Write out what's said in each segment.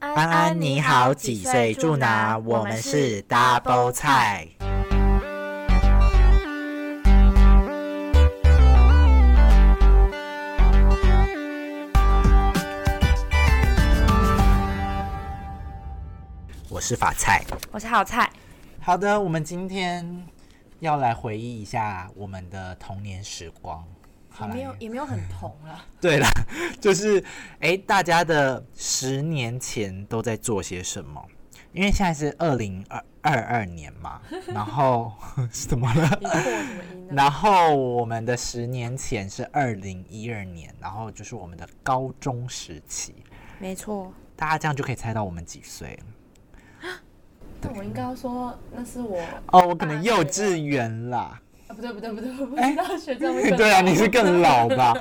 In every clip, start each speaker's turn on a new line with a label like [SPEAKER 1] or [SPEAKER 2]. [SPEAKER 1] 安
[SPEAKER 2] 安安你好，几岁住哪？我们是 Double。菜。我是法菜。
[SPEAKER 1] 我是好菜，
[SPEAKER 2] 好的，我们今天要来回忆一下我们的童年时光。好
[SPEAKER 1] 也
[SPEAKER 2] 啦
[SPEAKER 1] 没有也没有很同了。
[SPEAKER 2] 对啦，就是哎、诶大家的十年前都在做些什么？因为现在是二零二二二年嘛，然后 是怎么了？
[SPEAKER 1] 你破什么音呢？
[SPEAKER 2] 然后我们的十年前是二零一二年，然后就是我们的高中时期，
[SPEAKER 1] 没错，
[SPEAKER 2] 大家这样就可以猜到我们几岁了
[SPEAKER 3] 那我应该要说，那是我
[SPEAKER 2] 哦。我可能
[SPEAKER 3] 大
[SPEAKER 2] 幼
[SPEAKER 3] 学
[SPEAKER 2] 稚园啦，
[SPEAKER 3] 啊，不对不对不对，我不知道 学长会更
[SPEAKER 2] 哎对啊，
[SPEAKER 3] 老
[SPEAKER 2] 你是更老 吧？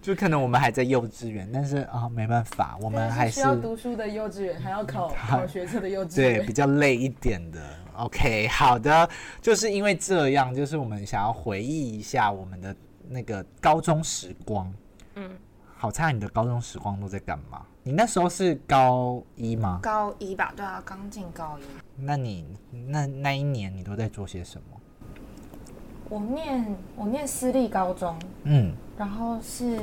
[SPEAKER 2] 就可能我们还在幼稚园，但是啊、没办法，我
[SPEAKER 3] 对啊
[SPEAKER 2] 们还嗯
[SPEAKER 3] 需要读书的幼稚园，还要考考学测的幼 稚
[SPEAKER 2] 对，
[SPEAKER 3] 园
[SPEAKER 2] 比，较累一点的。OK，好的，就是因为这样，就是我们想要回忆一下我们的那个高中时光。
[SPEAKER 1] 嗯，
[SPEAKER 2] 好差，你的高中时光都在干嘛？你那时候是高一吗？
[SPEAKER 1] 高一吧，对啊，刚进高一。
[SPEAKER 2] 那你那那一年你都在做些什么？
[SPEAKER 3] 我念我念私立高中，
[SPEAKER 2] 嗯，
[SPEAKER 3] 然后是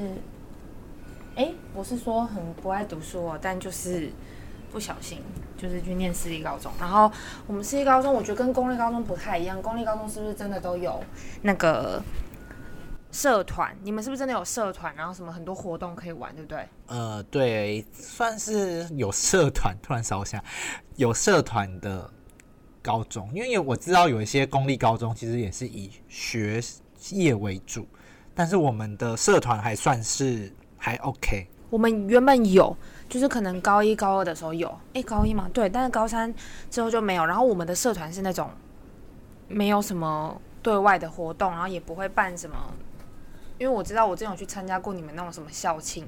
[SPEAKER 1] 哎，我是说很不爱读书哦，但就是不小心，就是去念私立高中。然后我们私立高中，我觉得跟公立高中不太一样。公立高中是不是真的都有那个社团？你们是不是真的有社团？然后什么很多活动可以玩，对不对？
[SPEAKER 2] 呃，对，算是有社团。突然烧一下，有社团的高中，因为我知道有一些公立高中其实也是以学业为主，但是我们的社团还算是还 OK。
[SPEAKER 1] 我们原本有，就是可能高一、高二的时候有，诶，高一嘛，对，但是高三之后就没有。然后我们的社团是那种没有什么对外的活动，然后也不会办什么，因为我知道我之前有去参加过你们那种什么校庆，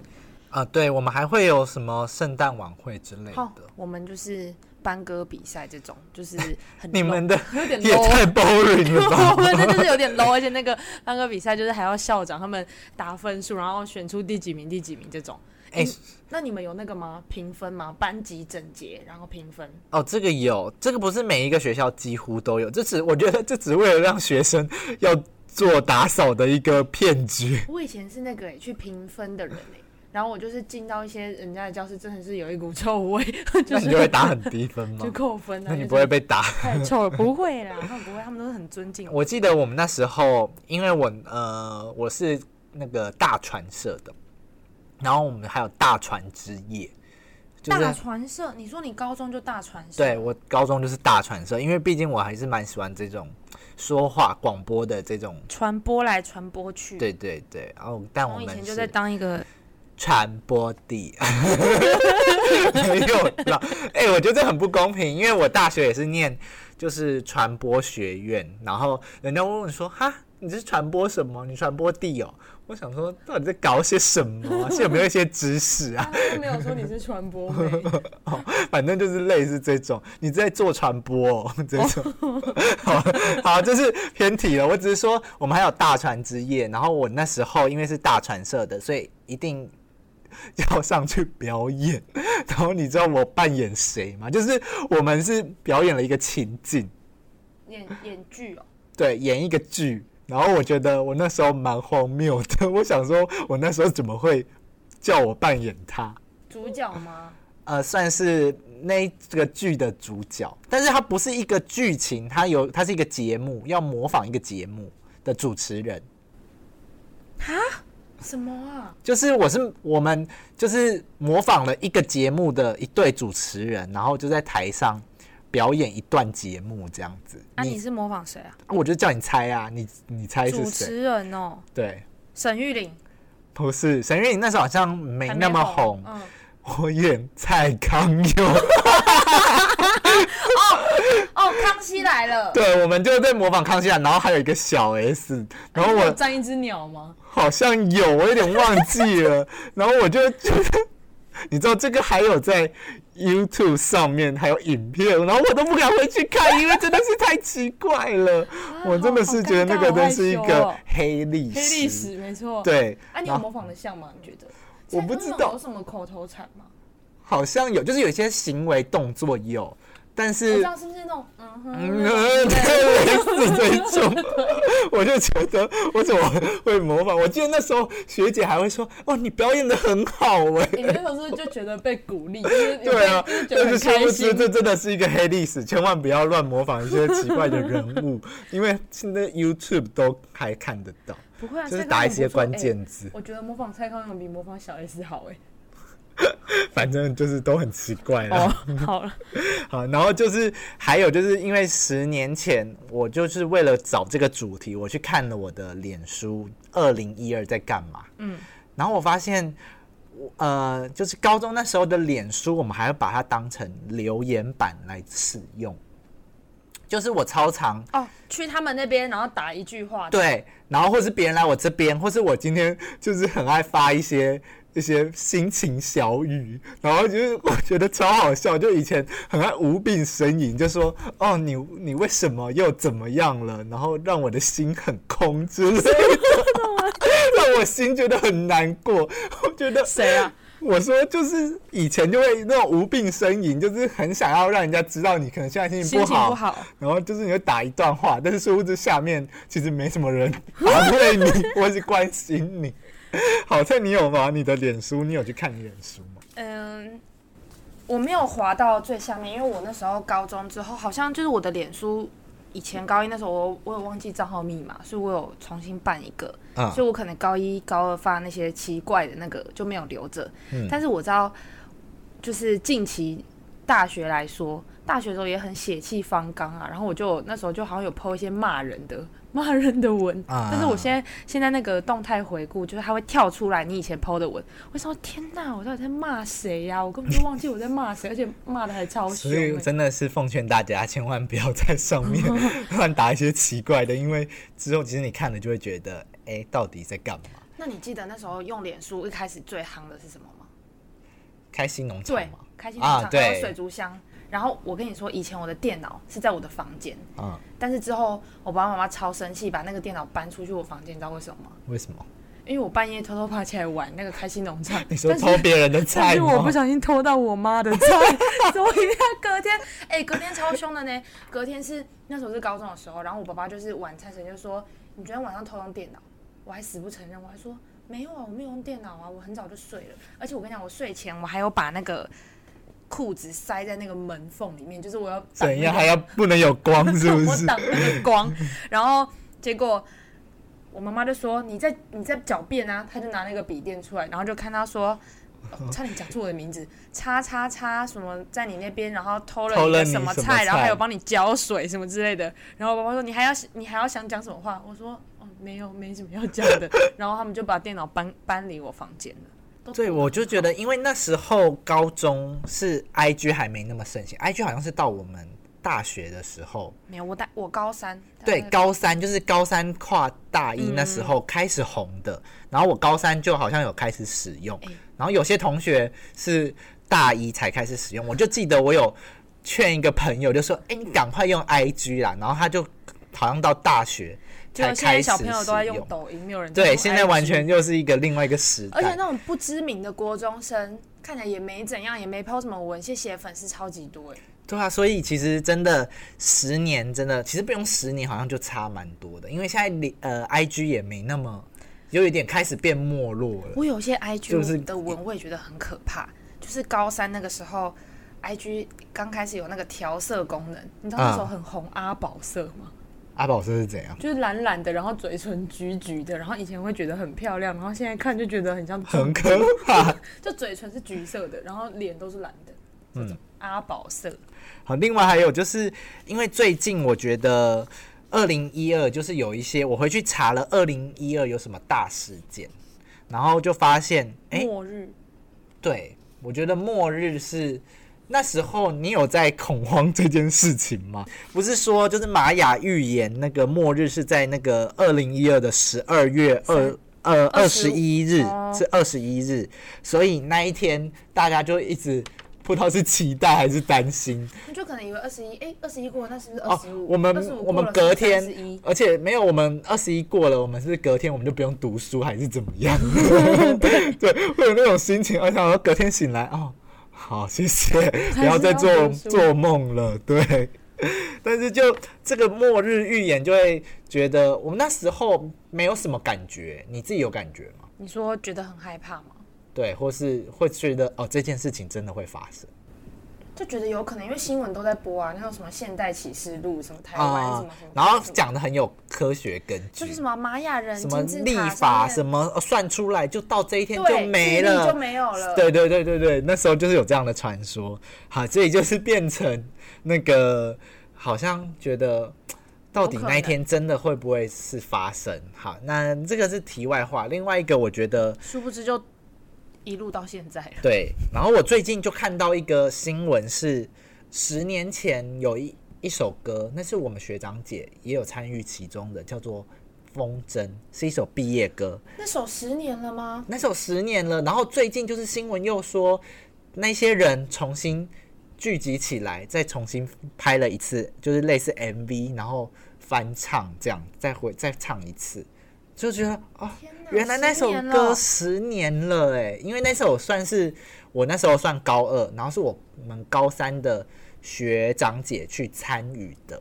[SPEAKER 2] 啊、对，我们还会有什么圣诞晚会之类
[SPEAKER 1] 哦
[SPEAKER 2] 的。，
[SPEAKER 1] 我们就是班歌比赛这种，就是很
[SPEAKER 2] 你
[SPEAKER 1] low
[SPEAKER 2] 们的
[SPEAKER 3] 有点
[SPEAKER 2] 也
[SPEAKER 3] low，
[SPEAKER 2] 太 boring 了吧？
[SPEAKER 1] 我们这就是有点 low，而且那个班歌比赛就是还要校长他们打分数，然后选出第几名、第几名这种。
[SPEAKER 2] 哎、
[SPEAKER 1] 那你们有那个吗？评分吗？班级整洁，然后评分。
[SPEAKER 2] 哦，这个有，这个不是每一个学校几乎都有，这只我觉得这只为了让学生要做打扫的一个骗局。
[SPEAKER 1] 我以前是那个、欸、去评分的人、欸、然后我就是进到一些人家的教室，真的是有一股臭味， 就
[SPEAKER 2] 那
[SPEAKER 1] 是
[SPEAKER 2] 你就会打很低分吗
[SPEAKER 1] 就？扣分啊。
[SPEAKER 2] 那你
[SPEAKER 1] 就
[SPEAKER 2] 不会
[SPEAKER 1] 是
[SPEAKER 2] 被打？
[SPEAKER 1] 太臭了？不会啦，他们不会，他们都是很尊敬我。
[SPEAKER 2] 我记得我们那时候，因为我呃我是那个大传社的，然后我们还有大传之夜，就是
[SPEAKER 1] 大传社，你说你高中就大传社，
[SPEAKER 2] 对我高中就是大传社，因为毕竟我还是蛮喜欢这种说话广播的这种，
[SPEAKER 1] 传播来传播去。，
[SPEAKER 2] 对对对。然后但我
[SPEAKER 1] 我以前
[SPEAKER 2] 们
[SPEAKER 1] 就在
[SPEAKER 2] 是
[SPEAKER 1] 当一个
[SPEAKER 2] 传播地，没有啦。哎、我觉得这很不公平，因为我大学也是念就是传播学院，然后人家问我说：“哈，你是传播什么？你传播地哦？”我想说，到底在搞些什么啊？是有没有一些知识啊？
[SPEAKER 3] 他都没有说你是传播妹，
[SPEAKER 2] 反正就是类似这种，你在做传播、哦、 这种。好，好，这是偏题了。我只是说，我们还有大传之夜，然后我那时候因为是大传社的，所以一定要上去表演。然后你知道我扮演谁吗？ 就是我们是表演了一个情境，
[SPEAKER 1] 演演剧哦、
[SPEAKER 2] 对，演一个剧。然后我觉得我那时候蛮荒谬的，我想说，我那时候怎么会叫我扮演他？
[SPEAKER 1] 主角吗？
[SPEAKER 2] 呃，算是那一这个剧的主角，但是它不是一个剧情，它有它是一个节目，要模仿一个节目的主持人。
[SPEAKER 1] 什么啊？
[SPEAKER 2] 就是我是我们就是模仿了一个节目的一对主持人，然后就在台上表演一段节目这样子。
[SPEAKER 1] 那、啊你是模仿谁啊？
[SPEAKER 2] 啊我就叫你猜啊，你你猜是
[SPEAKER 1] 主
[SPEAKER 2] 谁？
[SPEAKER 1] 持人哦、
[SPEAKER 2] 对，
[SPEAKER 1] 沈玉玲，
[SPEAKER 2] 不是沈月，你那时候好像没
[SPEAKER 1] 还
[SPEAKER 2] 那么红。
[SPEAKER 1] 嗯，
[SPEAKER 2] 我演蔡康永。
[SPEAKER 1] 哦，康熙来了，
[SPEAKER 2] 对，我们就在模仿康熙来，啊然后还有一个小 S，然后我
[SPEAKER 3] 站一只鸟吗？
[SPEAKER 2] 好像有，我有点忘记了。 然后我就觉得，你知道这个还有在 YouTube 上面还有影片，然后我都不敢回去看，因为真的是太奇怪了。
[SPEAKER 3] 啊
[SPEAKER 2] 我真的是觉得那个真是一个黑历史。
[SPEAKER 3] 哦黑历史没错。，
[SPEAKER 2] 对，
[SPEAKER 3] 啊，你有
[SPEAKER 2] 然后
[SPEAKER 3] 模仿的像吗？你觉得？
[SPEAKER 2] 我不知道
[SPEAKER 3] 有什么口头禅吗？
[SPEAKER 2] 好像有，就是有一些行为动作有，但
[SPEAKER 3] 我
[SPEAKER 2] 是
[SPEAKER 3] 知道是不是那种嗯哼，
[SPEAKER 2] 嗯， 对，类似这 一种，我就觉得我怎么会模仿？我记得那时候学姐还会说：“哦，你表演的很好哎、
[SPEAKER 3] 你那时候 是不是就觉得被鼓励？就是有
[SPEAKER 2] 对啊
[SPEAKER 3] 被 就是，觉得
[SPEAKER 2] 但是
[SPEAKER 3] 很
[SPEAKER 2] 殊不
[SPEAKER 3] 开
[SPEAKER 2] 知这
[SPEAKER 3] 心。
[SPEAKER 2] 真的是一个黑历史，千万不要乱模仿一些奇怪的人物， 因为现在 YouTube 都还看得到，
[SPEAKER 3] 不会啊，
[SPEAKER 2] 就是
[SPEAKER 3] 蔡康永
[SPEAKER 2] 打一些
[SPEAKER 3] 不错
[SPEAKER 2] 关。键字
[SPEAKER 3] 哎，我觉得模仿蔡康永比模仿小 S 好哎。
[SPEAKER 2] 反正就是都很奇怪啦。
[SPEAKER 3] 哦， 好了，
[SPEAKER 2] 好，然后就是还有就是因为十年前我就是为了找这个主题，我去看了我的脸书二零一二在干嘛，嗯，然后我发现。我呃，就是高中那时候的脸书，我们还要把它当成留言板来使用。就是我超常
[SPEAKER 3] 哦，去他们那边，然后打一句话。
[SPEAKER 2] 对，然后或是别人来我这边，或是我今天就是很爱发一些一些心情小语，然后就是 我觉得超好笑，就以前很爱无病呻吟，就说哦你你为什么又怎么样了，然后让我的心很空之类的， 让我心觉得很难过，我觉得
[SPEAKER 3] 谁啊？
[SPEAKER 2] 我说就是以前就会那种无病呻吟，就是很想要让人家知道你可能现在心情
[SPEAKER 3] 心
[SPEAKER 2] 不
[SPEAKER 3] 情
[SPEAKER 2] 好，
[SPEAKER 3] 不好
[SPEAKER 2] 然后就是你会打一段话，但是殊不知下面其实没什么 人安慰你或是关心你。好在你有吗？你的脸书，你有去看你脸书吗？
[SPEAKER 3] 嗯，我没有滑到最下面，因为我那时候高中之后，好像就是我的脸书，以前高一那时候我我有忘记账号密码，所以我有重新办一个，
[SPEAKER 2] 啊
[SPEAKER 3] 所以我可能高一高二发那些奇怪的那个就没有留着，
[SPEAKER 2] 嗯
[SPEAKER 3] 但是我知道，就是近期大学来说，大学的时候也很血气方刚啊，然后我就那时候就好像有 PO 一些骂人的。 骂人的文，
[SPEAKER 2] 啊
[SPEAKER 3] 但是我现在现在那个动态回顾，就是它会跳出来你以前 PO 的文，我想说天哪，我到底在骂谁呀？我根本就忘记我在骂谁，而且骂的还超凶
[SPEAKER 2] 所
[SPEAKER 3] 欸、
[SPEAKER 2] 以真的是奉劝大家，千万不要在上 面乱打一些奇怪的，因为之后其实你看了就会觉得，哎，到底在干嘛？
[SPEAKER 3] 那你记得那时候用脸书一开始最夯的是什么吗？
[SPEAKER 2] 开心农场
[SPEAKER 3] 对
[SPEAKER 2] 吗？，
[SPEAKER 3] 开心农场、
[SPEAKER 2] 啊
[SPEAKER 3] 还
[SPEAKER 2] 对
[SPEAKER 3] 有水族箱。然后我跟你说，以前我的电脑是在我的房间，
[SPEAKER 2] 啊、
[SPEAKER 3] 但是之后我爸爸妈妈超生气，把那个电脑搬出去我房间，你知道为什么吗？
[SPEAKER 2] 为什么？，
[SPEAKER 3] 因为我半夜偷偷爬起来玩那个开心农场
[SPEAKER 2] 你说
[SPEAKER 3] 但是
[SPEAKER 2] 偷别人的
[SPEAKER 3] 但
[SPEAKER 2] 菜
[SPEAKER 3] 是
[SPEAKER 2] 吗？
[SPEAKER 3] 我不小心偷到我妈的菜， 所以她 隔天，哎、隔天超凶的呢。隔天是那时候是高中的时候，然后我爸爸就是晚餐时间就说：“你昨天晚上偷用电脑。”我还死不承认，我还说：“没有啊，我没有用电脑啊，我很早就睡了。”而且我跟你讲，我睡前我还有把那个裤子塞在那个门缝里面，就是我要挡
[SPEAKER 2] 怎
[SPEAKER 3] 那
[SPEAKER 2] 样
[SPEAKER 3] 个
[SPEAKER 2] 还要不能有光，是不
[SPEAKER 3] 我
[SPEAKER 2] 是？
[SPEAKER 3] 挡那个光，然后结果我妈妈就说你在你在狡辩啊，她就拿那个笔电出来，然后就看她说。哦、差点讲出我的名字，叉叉叉什么在你那边，然后偷了
[SPEAKER 2] 偷
[SPEAKER 3] 你
[SPEAKER 2] 了
[SPEAKER 3] 的
[SPEAKER 2] 你
[SPEAKER 3] 什么
[SPEAKER 2] 什么
[SPEAKER 3] 菜，然后还有
[SPEAKER 2] 菜
[SPEAKER 3] 帮你浇水什么之类的。然后我爸爸说你还要你还要想讲什么话？我说哦没有没什么要讲的。然后他们就把电脑搬搬离我房间了。都
[SPEAKER 2] 对，我就觉得，因为那时候高中是 I G 还没那么盛行，I G 好像是到我们大学的时候，
[SPEAKER 3] 没有我大我高三
[SPEAKER 2] 对，
[SPEAKER 3] 大概
[SPEAKER 2] 高三就是高三跨大
[SPEAKER 3] 嗯
[SPEAKER 2] 一那时候开始红的，然后我高三就好像有开始使用，
[SPEAKER 3] 哎
[SPEAKER 2] 然后有些同学是大一才开始使用，我就记得我有劝一个朋友就说，哎、你赶快用 I G 啦，然后他就好像到大学
[SPEAKER 3] 结果
[SPEAKER 2] 才
[SPEAKER 3] 现在
[SPEAKER 2] 开始
[SPEAKER 3] 小
[SPEAKER 2] 使
[SPEAKER 3] 朋
[SPEAKER 2] 用
[SPEAKER 3] 友，都在用抖音，没有人在
[SPEAKER 2] 对，
[SPEAKER 3] 用
[SPEAKER 2] 现在完
[SPEAKER 3] IG
[SPEAKER 2] 全又是一个另外一个时代，
[SPEAKER 3] 而且那种不知名的国中生，看起来也没怎样，也没 PO 什么文，谢谢粉丝超级多哎。
[SPEAKER 2] 对啊，所以其实真的十年，真的其实不用十年，好像就差蛮多的，因为现在里呃，IG 也没那么，有一点开始变没落了。
[SPEAKER 3] 我有些
[SPEAKER 2] 就是
[SPEAKER 3] IG 的文我也觉得很可怕，就是高三那个时候，IG 刚开始有那个调色功能，你知道那时候
[SPEAKER 2] 啊
[SPEAKER 3] 很红阿宝色吗？
[SPEAKER 2] 阿宝是怎样？
[SPEAKER 3] 就是蓝蓝的，然后嘴唇橘橘的，然后以前会觉得很漂亮，然后现在看就觉得很像猪
[SPEAKER 2] 很可怕。
[SPEAKER 3] 就嘴唇是橘色的，然后脸都是蓝的，这
[SPEAKER 2] 嗯
[SPEAKER 3] 种阿宝色。
[SPEAKER 2] 好，另外还有就是因为最近我觉得二零一二就是有一些，我回去查了二零一二有什么大事件，然后就发现，哎、
[SPEAKER 3] 末日
[SPEAKER 2] 对我觉得末日是。那时候你有在恐慌这件事情吗？不是说就是玛雅预言那个末日是在那个二零一二的十二月二呃二十一日
[SPEAKER 3] 哦
[SPEAKER 2] 是二十一日，所以那一天大家就一直不知道是期待还是担心
[SPEAKER 3] 你就可能以为二十一，哎，二十一过了，那是不是二
[SPEAKER 2] 哦
[SPEAKER 3] 十五？。
[SPEAKER 2] 我们
[SPEAKER 3] 25
[SPEAKER 2] 我
[SPEAKER 3] 过
[SPEAKER 2] 们
[SPEAKER 3] 了
[SPEAKER 2] 隔
[SPEAKER 3] 是不是
[SPEAKER 2] 天
[SPEAKER 3] 31，
[SPEAKER 2] 而且没有我们二十一过了，我们是不是隔天我们就不用读 书还是怎么样？对，会有那种心情，而且我隔天醒来哦。好，谢谢，不要再做做梦了，对。但是就这个末日预言，就会觉得我们那时候没有什么感觉，你自己有感觉吗？
[SPEAKER 1] 你说觉得很害怕吗？
[SPEAKER 2] 对，或是会觉得哦，这件事情真的会发生
[SPEAKER 1] 就觉得有可能，因为新闻都在播啊，那种什么《现代启示录》什么
[SPEAKER 3] 哎
[SPEAKER 1] 台湾
[SPEAKER 3] 啊
[SPEAKER 1] 什么什么，
[SPEAKER 2] 啊然后讲的很有科学根据，
[SPEAKER 1] 就是什么玛雅人
[SPEAKER 2] 什么
[SPEAKER 1] 金字
[SPEAKER 2] 立
[SPEAKER 1] 塔
[SPEAKER 2] 法，
[SPEAKER 1] 上面
[SPEAKER 2] 什么哦算出来就到这一天
[SPEAKER 1] 对
[SPEAKER 2] 没
[SPEAKER 1] 记忆力
[SPEAKER 2] 了，
[SPEAKER 1] 就没有了。
[SPEAKER 2] 对对对对对，那时候就是有这样的传说，好，所以就是变成那个好像觉得到底那一天真的会不会是发生？好，那这个是题外话。另外一个，我觉得
[SPEAKER 1] 殊不知就一路到现在了。
[SPEAKER 2] 对，然后我最近就看到一个新闻是十年前有一一首歌，那是我们学长姐也有参与其中的，叫做。风筝是一首毕业歌，
[SPEAKER 1] 那首十年了吗？
[SPEAKER 2] 那首十年了，然后最近就是新闻又说那些人重新聚集起来，再重新拍了一次，就是类似 MV，然后翻唱这样，再回再唱一次，就觉得哦，
[SPEAKER 1] 天哪
[SPEAKER 2] 原来那首
[SPEAKER 1] 10年
[SPEAKER 2] 歌
[SPEAKER 1] 了
[SPEAKER 2] 十年了哎，因为那首算是我那时候算高二，然后是我们高三的学长姐去参与的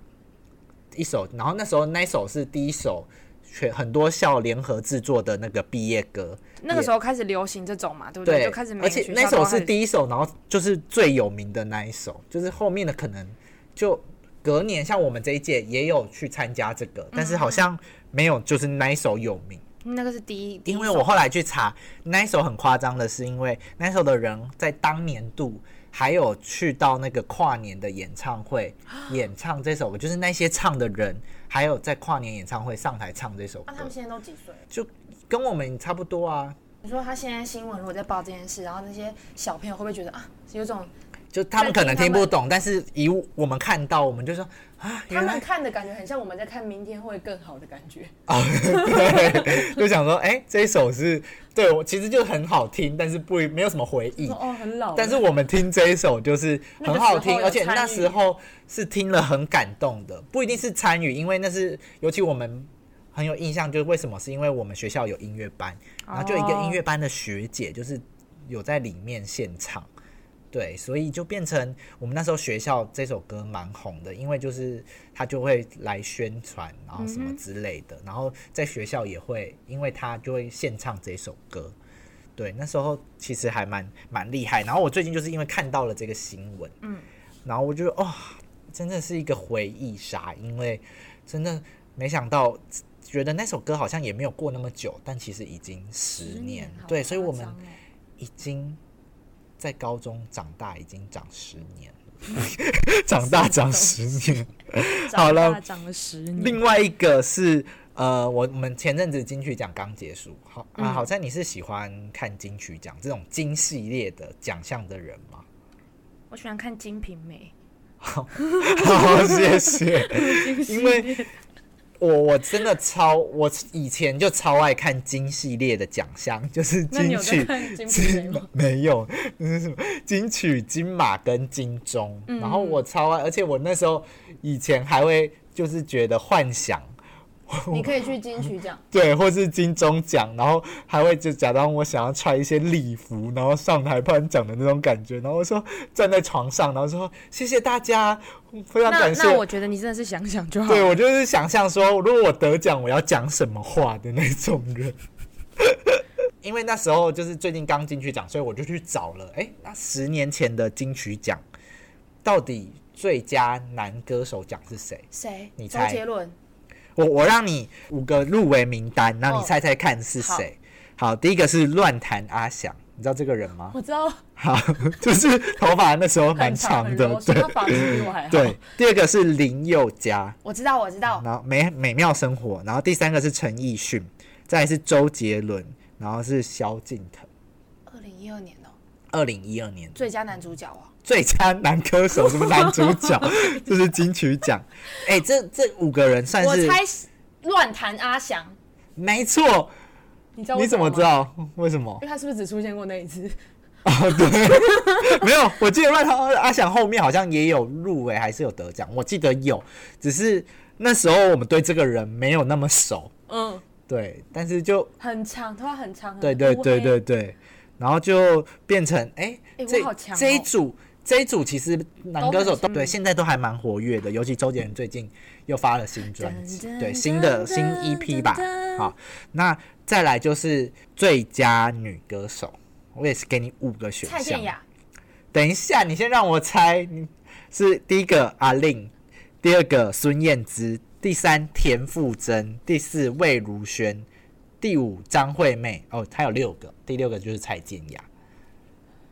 [SPEAKER 2] 一首，然后那时候那首是第一首。全很多校联合制作的那个毕业歌，
[SPEAKER 1] 那个时候开始流行这种嘛，对不
[SPEAKER 2] 对，
[SPEAKER 1] 就开始每
[SPEAKER 2] 而
[SPEAKER 1] 个
[SPEAKER 2] 且
[SPEAKER 1] 学
[SPEAKER 2] 那
[SPEAKER 1] 校都
[SPEAKER 2] 首
[SPEAKER 1] 要
[SPEAKER 2] 是
[SPEAKER 1] 开始
[SPEAKER 2] 第一首，然后就是最有名的那一首，就是后面的可能就隔年，像我们这一届也有去参加这
[SPEAKER 1] 嗯
[SPEAKER 2] 个，但是好像没有就是那一首有名。
[SPEAKER 1] 那个是第一，第一
[SPEAKER 2] 因为
[SPEAKER 1] 首
[SPEAKER 2] 我后来去查，那一首很夸张的是，因为那一首的人在当年度还有去到那个跨年的演唱会演唱这首歌，就是那些唱的人还有在跨年演唱会上台唱这首歌
[SPEAKER 1] 啊那、，他们现在都几岁了？
[SPEAKER 2] 就跟我们差不多啊，
[SPEAKER 1] 你说他现在新闻如果在报这件事，然后那些小朋友会不会觉得啊，有种
[SPEAKER 2] 就他们可能听不懂，但是以我们看到，我们就说 啊，
[SPEAKER 1] 他
[SPEAKER 2] 原
[SPEAKER 1] 们
[SPEAKER 2] 来
[SPEAKER 1] 看的感觉很像我们在看明天会更好的感觉？
[SPEAKER 2] 啊，对，就想说，哎、这一首是对我其实就很好听，但是不没有什么回忆
[SPEAKER 1] 说。 哦，很老了，
[SPEAKER 2] 但是我们听这一首就是很好听，
[SPEAKER 1] 那个时候有
[SPEAKER 2] 而且那
[SPEAKER 1] 参与
[SPEAKER 2] 时候是听了很感动的，不一定是参与，因为那是尤其我们很有印象，就是为什么？是因为我们学校有音乐班，然后就有一个音乐班的学姐就是有在里面现场，对，所以就变成我们那时候学校这首歌蛮红的，因为就是他就会来宣传，然后什么之类的，然后在学校也会，因为他就会现唱这首歌。对，那时候其实还蛮蛮厉害。然后我最近就是因为看到了这个新闻，嗯，然后我就哦，真的是一个回忆杀，因为真的没想到，觉得那首歌好像也没有过那么久，但其实已经十年，
[SPEAKER 1] 嗯好
[SPEAKER 2] 对，所以我们
[SPEAKER 1] 夸张哦
[SPEAKER 2] 已经在高中长大，已经长十年 了，长大长十年。好了
[SPEAKER 1] 长大长了十年，
[SPEAKER 2] 另外一个是呃，我我们前阵子金曲奖刚结束，好啊、
[SPEAKER 1] 嗯
[SPEAKER 2] 好在你是喜欢看金曲奖这种金系列的奖项的人吗？
[SPEAKER 1] 我喜欢看《金瓶 梅
[SPEAKER 2] 好，谢谢。因为我我真的超，我以前就超爱看金系列的奖项，就是》，
[SPEAKER 1] 那你
[SPEAKER 2] 金
[SPEAKER 1] 有在
[SPEAKER 2] 曲。
[SPEAKER 1] 看《金瓶梅
[SPEAKER 2] 金》
[SPEAKER 1] 吗？
[SPEAKER 2] 没有，那是什么金曲、金马跟金钟，
[SPEAKER 1] 嗯
[SPEAKER 2] 然后我超爱，而且我那时候以前还会就是觉得幻想
[SPEAKER 3] 你可以去金 曲奖，
[SPEAKER 2] 对，或是金钟奖，然后还会就假装我想要穿一些礼服，然后上台颁奖的那种感觉，然后我说站在床上，然后说谢谢大家，非常
[SPEAKER 1] 那
[SPEAKER 2] 感
[SPEAKER 1] 那
[SPEAKER 2] 谢
[SPEAKER 1] 我。觉得你真的是想想就好
[SPEAKER 2] 对，我就是想象说，如果我得奖，我要讲什么话的那种人。 因为那时候就是最近刚金曲奖，所以我就去找了，哎，那十年前的金曲奖到底最佳男歌手奖是谁？
[SPEAKER 1] 谁？
[SPEAKER 2] 你
[SPEAKER 1] 周
[SPEAKER 2] 猜
[SPEAKER 1] 杰伦。
[SPEAKER 2] 我我让你五个入围名单，然后你猜猜看是谁？哦好，哦第一个是乱弹阿翔，你知道这个人吗？
[SPEAKER 1] 我知道
[SPEAKER 2] 好， 就是头发那时候蛮长
[SPEAKER 1] 很
[SPEAKER 2] 的，
[SPEAKER 1] 柔顺
[SPEAKER 2] 对
[SPEAKER 1] 他发型比我还好。
[SPEAKER 2] 对。第二个是林宥嘉，
[SPEAKER 1] 我知道，我知道，
[SPEAKER 2] 然后美美妙生活，然后第三个是陈奕迅，再来是周杰伦，然后是萧敬腾。
[SPEAKER 1] 二零一二年哦，
[SPEAKER 2] 二零一二年
[SPEAKER 1] 最佳男主角哦，
[SPEAKER 2] 最佳男歌手什么男主 角，这是金曲奖。哎、这这五个人算
[SPEAKER 1] 我
[SPEAKER 2] 是
[SPEAKER 1] 猜是乱弹阿翔，
[SPEAKER 2] 没错，
[SPEAKER 1] 你知道
[SPEAKER 2] 你
[SPEAKER 1] 为什
[SPEAKER 2] 怎么
[SPEAKER 1] 吗
[SPEAKER 2] 知？道？为什么
[SPEAKER 1] 因？为他是不是只出现过那一次？
[SPEAKER 2] 哦，对，没有，我记得乱涛阿翔后面好像也有入围，还是有得奖，我记得有，只是那时候我们对这个人没有那么熟，
[SPEAKER 1] 嗯，
[SPEAKER 2] 对，但是就
[SPEAKER 1] 很长，头发很长，很
[SPEAKER 2] 对对
[SPEAKER 1] 乌
[SPEAKER 2] 对
[SPEAKER 1] 黑
[SPEAKER 2] 对对，然后就变成哎、
[SPEAKER 1] 哎我
[SPEAKER 2] 这、
[SPEAKER 1] 好强哦
[SPEAKER 2] 这一组这一组其实男
[SPEAKER 1] 都
[SPEAKER 2] 歌
[SPEAKER 1] 很
[SPEAKER 2] 手都
[SPEAKER 1] 强
[SPEAKER 2] 对现在都还蛮活跃的，尤其周杰伦最近又发了新专辑
[SPEAKER 1] 噔，噔
[SPEAKER 2] 对新的
[SPEAKER 1] 噔
[SPEAKER 2] 新
[SPEAKER 1] 噔
[SPEAKER 2] EP 吧
[SPEAKER 1] 噔噔。
[SPEAKER 2] 好，那再来就是最佳女歌手，我也是给你五个选
[SPEAKER 1] 蔡
[SPEAKER 2] 项
[SPEAKER 1] 健。雅，
[SPEAKER 2] 等一下，你先让我猜，你是第一个阿令，第二个孙燕姿，第三田馥甄，第四魏如萱，第五张惠妹。哦，她有六个，第六个就是蔡健雅，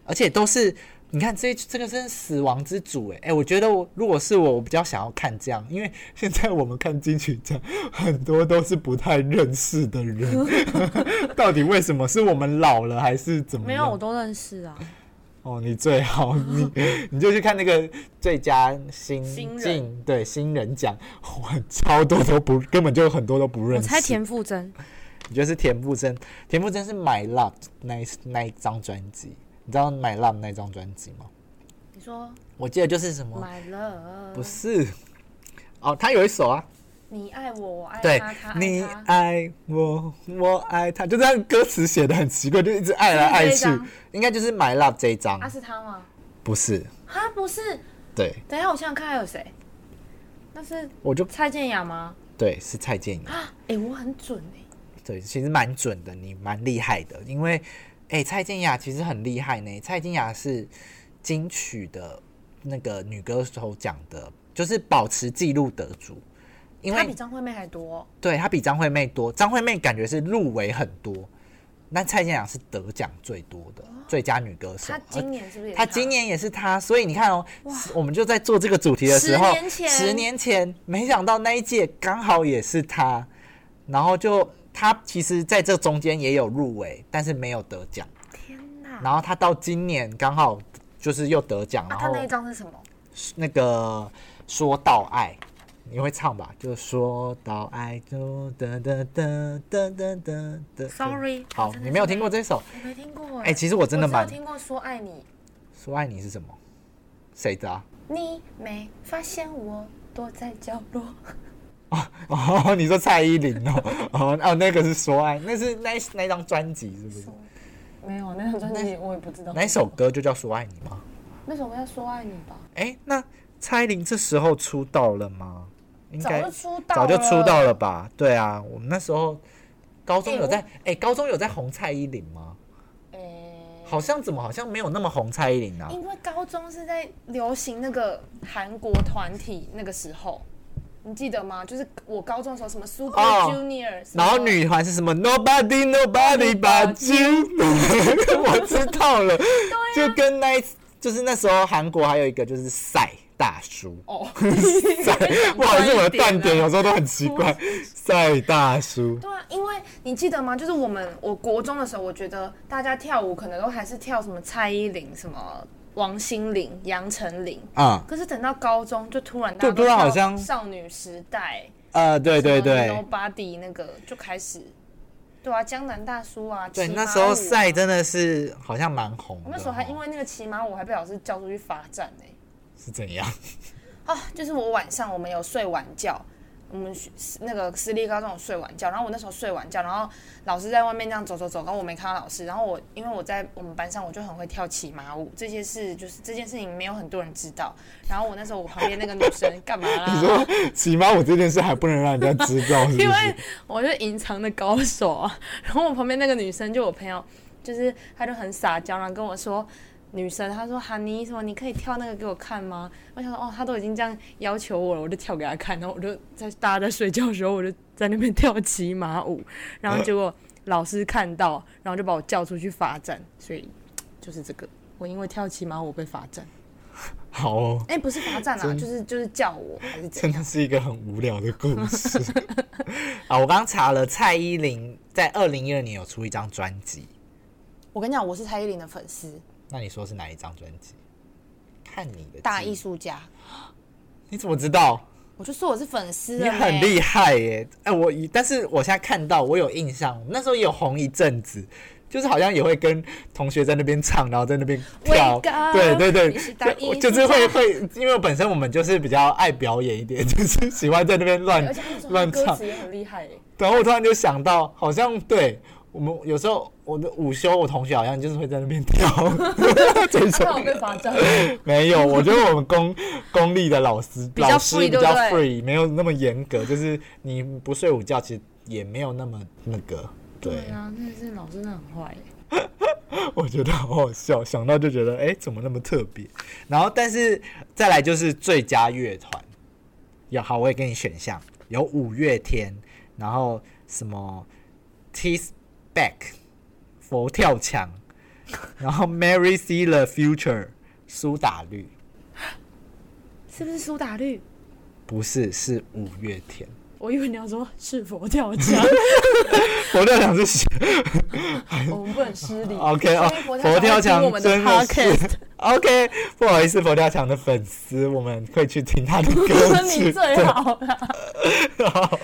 [SPEAKER 2] 而且都是你看这这个真是死亡之组哎哎，我觉得我如果是我，我比较想要看这样，因为现在我们看金曲奖很多都是不太认识 的人，到底为什么？是我们老了还是怎么
[SPEAKER 1] 没
[SPEAKER 2] 样？
[SPEAKER 1] 有我都认识啊。
[SPEAKER 2] 哦，你最 好你你就去看那个最佳新
[SPEAKER 1] 新
[SPEAKER 2] 晋对新人奖，哇，超多都不根本就很多都不认
[SPEAKER 1] 我
[SPEAKER 2] 识。
[SPEAKER 1] 猜田馥甄，
[SPEAKER 2] 你就是田馥甄，田馥甄是《My Love》那一那一张专辑，你知道《My Love》那张专辑吗？
[SPEAKER 1] 你说
[SPEAKER 2] 我记得就是什么，
[SPEAKER 1] My Love，
[SPEAKER 2] 不是哦，他有一首啊，
[SPEAKER 1] 你爱我，我爱
[SPEAKER 2] 对
[SPEAKER 1] 他，他，爱
[SPEAKER 2] 你
[SPEAKER 1] 他，
[SPEAKER 2] 爱我，我爱他，就这样歌词写的很奇怪，就一直爱来
[SPEAKER 1] 是
[SPEAKER 2] 爱
[SPEAKER 1] 这一
[SPEAKER 2] 去
[SPEAKER 1] 张，
[SPEAKER 2] 应该就是《My Love》这一张
[SPEAKER 1] 啊，是他吗？
[SPEAKER 2] 不是？
[SPEAKER 1] 啊不是，
[SPEAKER 2] 对，
[SPEAKER 1] 等一下我想想看还有谁？那是
[SPEAKER 2] 我就
[SPEAKER 1] 蔡健雅吗？
[SPEAKER 2] 对是蔡健雅。
[SPEAKER 1] 啊，哎、我很准哎、
[SPEAKER 2] 对，其实蛮准的，你蛮厉害的，因为，哎、蔡健雅其实很厉害呢。蔡健雅是金曲的那个女歌手奖的，就是保持纪录得主，因
[SPEAKER 1] 她比
[SPEAKER 2] 为
[SPEAKER 1] 张惠妹还多哦、
[SPEAKER 2] 对她比张惠妹多，张惠妹感觉是入围很多，那蔡健雅是得奖最多的，最佳女歌手
[SPEAKER 1] 哦她。今年是不是也是
[SPEAKER 2] 她今年也是她，所以你看哦，我们就在做这个主题的时候，
[SPEAKER 1] 十年前
[SPEAKER 2] 十年前没想到那一届刚好也是她，然后就她其实在这中间也有入围，但是没有得奖，
[SPEAKER 1] 天哪！
[SPEAKER 2] 然后她到今年刚好就是又得奖，
[SPEAKER 1] 啊，
[SPEAKER 2] 然
[SPEAKER 1] 她
[SPEAKER 2] 后
[SPEAKER 1] 那一张是什么？
[SPEAKER 2] 那个说到爱。你会唱吧？就说到爱，就哒哒哒哒哒哒哒。
[SPEAKER 1] Sorry，
[SPEAKER 2] 好
[SPEAKER 1] 我，真的
[SPEAKER 2] 你没有
[SPEAKER 1] 是
[SPEAKER 2] 听过这首？
[SPEAKER 1] 我没听过哎、
[SPEAKER 2] 哎、其实我真的
[SPEAKER 1] 我只有
[SPEAKER 2] 蛮……
[SPEAKER 1] 听过说爱你，
[SPEAKER 2] 说爱你是什么？谁的啊？
[SPEAKER 1] 你没发现我躲在角落？
[SPEAKER 2] 哦，你说蔡依林哦，哦哦，那个是说爱，那是那一那一张专辑是不是？
[SPEAKER 3] 没有那张专辑我也不知道。
[SPEAKER 2] 哪一首歌就叫说爱你吗？
[SPEAKER 3] 那首歌叫《说爱你》吧？
[SPEAKER 2] 哎，那蔡依林这时候出道了吗？应
[SPEAKER 3] 早
[SPEAKER 2] 该
[SPEAKER 3] 就出道，
[SPEAKER 2] 早就出。道了吧？对啊，我们那时候高中有在哎，高中有在红蔡依林吗？
[SPEAKER 3] 诶，
[SPEAKER 2] 好像怎么好像没有那么红蔡依林啊？
[SPEAKER 1] 因为高中是在流行那个韩国团体那个时候，你记得吗？就是我高中的时候，什么 Super
[SPEAKER 2] 哦
[SPEAKER 1] Junior，、
[SPEAKER 2] 然后女团是什么？Nobody Nobody but you，我 知道了，就跟
[SPEAKER 1] 啊
[SPEAKER 2] 那一次就是那时候韩国还有一个就是赛大叔，
[SPEAKER 1] 哦，
[SPEAKER 2] 赛，不好意思，我的断点
[SPEAKER 1] 啊
[SPEAKER 2] 有时候都很奇怪。赛大叔，
[SPEAKER 1] 对啊，因为你记得吗？就是我们我国中的时候，我觉得大家跳舞可能都还是跳什么蔡依林、什么王心凌、杨丞琳，
[SPEAKER 2] 啊，
[SPEAKER 1] 可是等到高中就突然大家
[SPEAKER 2] 对
[SPEAKER 1] 都
[SPEAKER 2] 突然好
[SPEAKER 1] 跳
[SPEAKER 2] 像
[SPEAKER 1] 少女时代，
[SPEAKER 2] 呃，对对
[SPEAKER 1] 什么
[SPEAKER 2] 对，
[SPEAKER 1] ，Nobody 那个就开始，对啊，江南大叔啊，
[SPEAKER 2] 对，
[SPEAKER 1] 骑马
[SPEAKER 2] 那时候
[SPEAKER 1] 舞
[SPEAKER 2] 赛真的是好像蛮红的哦。
[SPEAKER 1] 我那时候还因为那个骑马舞还被老师叫出去罚站呢、
[SPEAKER 2] 是怎样？
[SPEAKER 1] 啊，就是我晚上我们有睡晚觉，我们学那个私立高中有睡晚觉，然后我那时候睡晚觉，然后老师在外面这样走走走，然后我没看到老师，然后我因为我在我们班上我就很会跳骑马舞，这件事就是这件事情没有很多人知道，然后我那时候我旁边那个女 生干嘛啦？
[SPEAKER 2] 你说骑马舞这件事还不能让人家知道，是
[SPEAKER 1] 因
[SPEAKER 2] 不是
[SPEAKER 1] 为？我是隐藏的高手啊。然后我旁边那个女生，就我朋友，就是她就很撒娇，然后跟我说。女生她说：“哈尼，什么你可以跳那个给我看吗？”我想说：“哦，她都已经这样要求我了，我就跳给她看。”然后我就在大家在睡觉的时候，我就在那边跳骑马舞，然后结果老师看到，然后就把我叫出去罚站。所以就是这个，我因为跳骑马舞被罚站。
[SPEAKER 2] 好哦，
[SPEAKER 1] 哎、不是罚站啊，就是就是叫我还是怎样？
[SPEAKER 2] 真的是一个很无聊的故事 啊！我刚查了，蔡依林在二零一二年有出一张专辑，
[SPEAKER 1] 我跟你讲，我是蔡依林的粉丝，
[SPEAKER 2] 那你说是哪一张专辑？看你的
[SPEAKER 1] 大
[SPEAKER 2] 记忆
[SPEAKER 1] 艺，术家。
[SPEAKER 2] 你怎么知道？
[SPEAKER 1] 我就说我是粉丝了
[SPEAKER 2] 你
[SPEAKER 1] 呢，
[SPEAKER 2] 很厉害耶！哎、我一但是我现在看到，我有印象，那时候也有红一阵子，就是好像也会跟同学在那边唱，然后在那边跳
[SPEAKER 1] Wake up，
[SPEAKER 2] 对对对
[SPEAKER 1] 你是大，
[SPEAKER 2] 我
[SPEAKER 1] 艺术
[SPEAKER 2] 就是会
[SPEAKER 1] 家
[SPEAKER 2] 会，因为本身我们就是比较爱表演一点， 就是喜欢在那边乱
[SPEAKER 1] 而且他们说他
[SPEAKER 2] 乱
[SPEAKER 1] 歌
[SPEAKER 2] 唱
[SPEAKER 1] 词。也很厉害耶，
[SPEAKER 2] 然后我突然就想到，好像对我们有时候我的午休，我同学好像就是会在那边跳 这
[SPEAKER 3] 还好
[SPEAKER 2] 种。
[SPEAKER 3] 被罚站。
[SPEAKER 2] 没有，我觉得我们公公立的老师
[SPEAKER 1] 比较
[SPEAKER 2] 老师
[SPEAKER 1] free，
[SPEAKER 2] 比较
[SPEAKER 1] 对不
[SPEAKER 2] free，没有那么严格，就是你不睡午觉，其实也没有那么那个。对，
[SPEAKER 1] 啊，真的是老师真的很坏耶。
[SPEAKER 2] 我觉得好好笑，想到就觉得哎、诶怎么那么特别？然后，但是再来就是最佳乐团，有好，我也给你选项，有五月天，然后什么 t i s Back 佛跳墙，然后 Mary See the Future 苏打绿，
[SPEAKER 1] 是不是苏打绿？
[SPEAKER 2] 不是是五月天，
[SPEAKER 1] 我以为你要说是佛跳墙，
[SPEAKER 2] 佛跳墙是
[SPEAKER 3] 我们不能 失礼。
[SPEAKER 2] OK 哦
[SPEAKER 1] 所以，佛
[SPEAKER 2] 佛
[SPEAKER 1] 跳
[SPEAKER 2] 跳
[SPEAKER 1] 墙会
[SPEAKER 2] 墙
[SPEAKER 1] 听我们的
[SPEAKER 2] 真的是 OK，不好意思，佛跳墙的粉丝，我们会去听他 的歌曲。
[SPEAKER 3] 你最好了，
[SPEAKER 2] 然后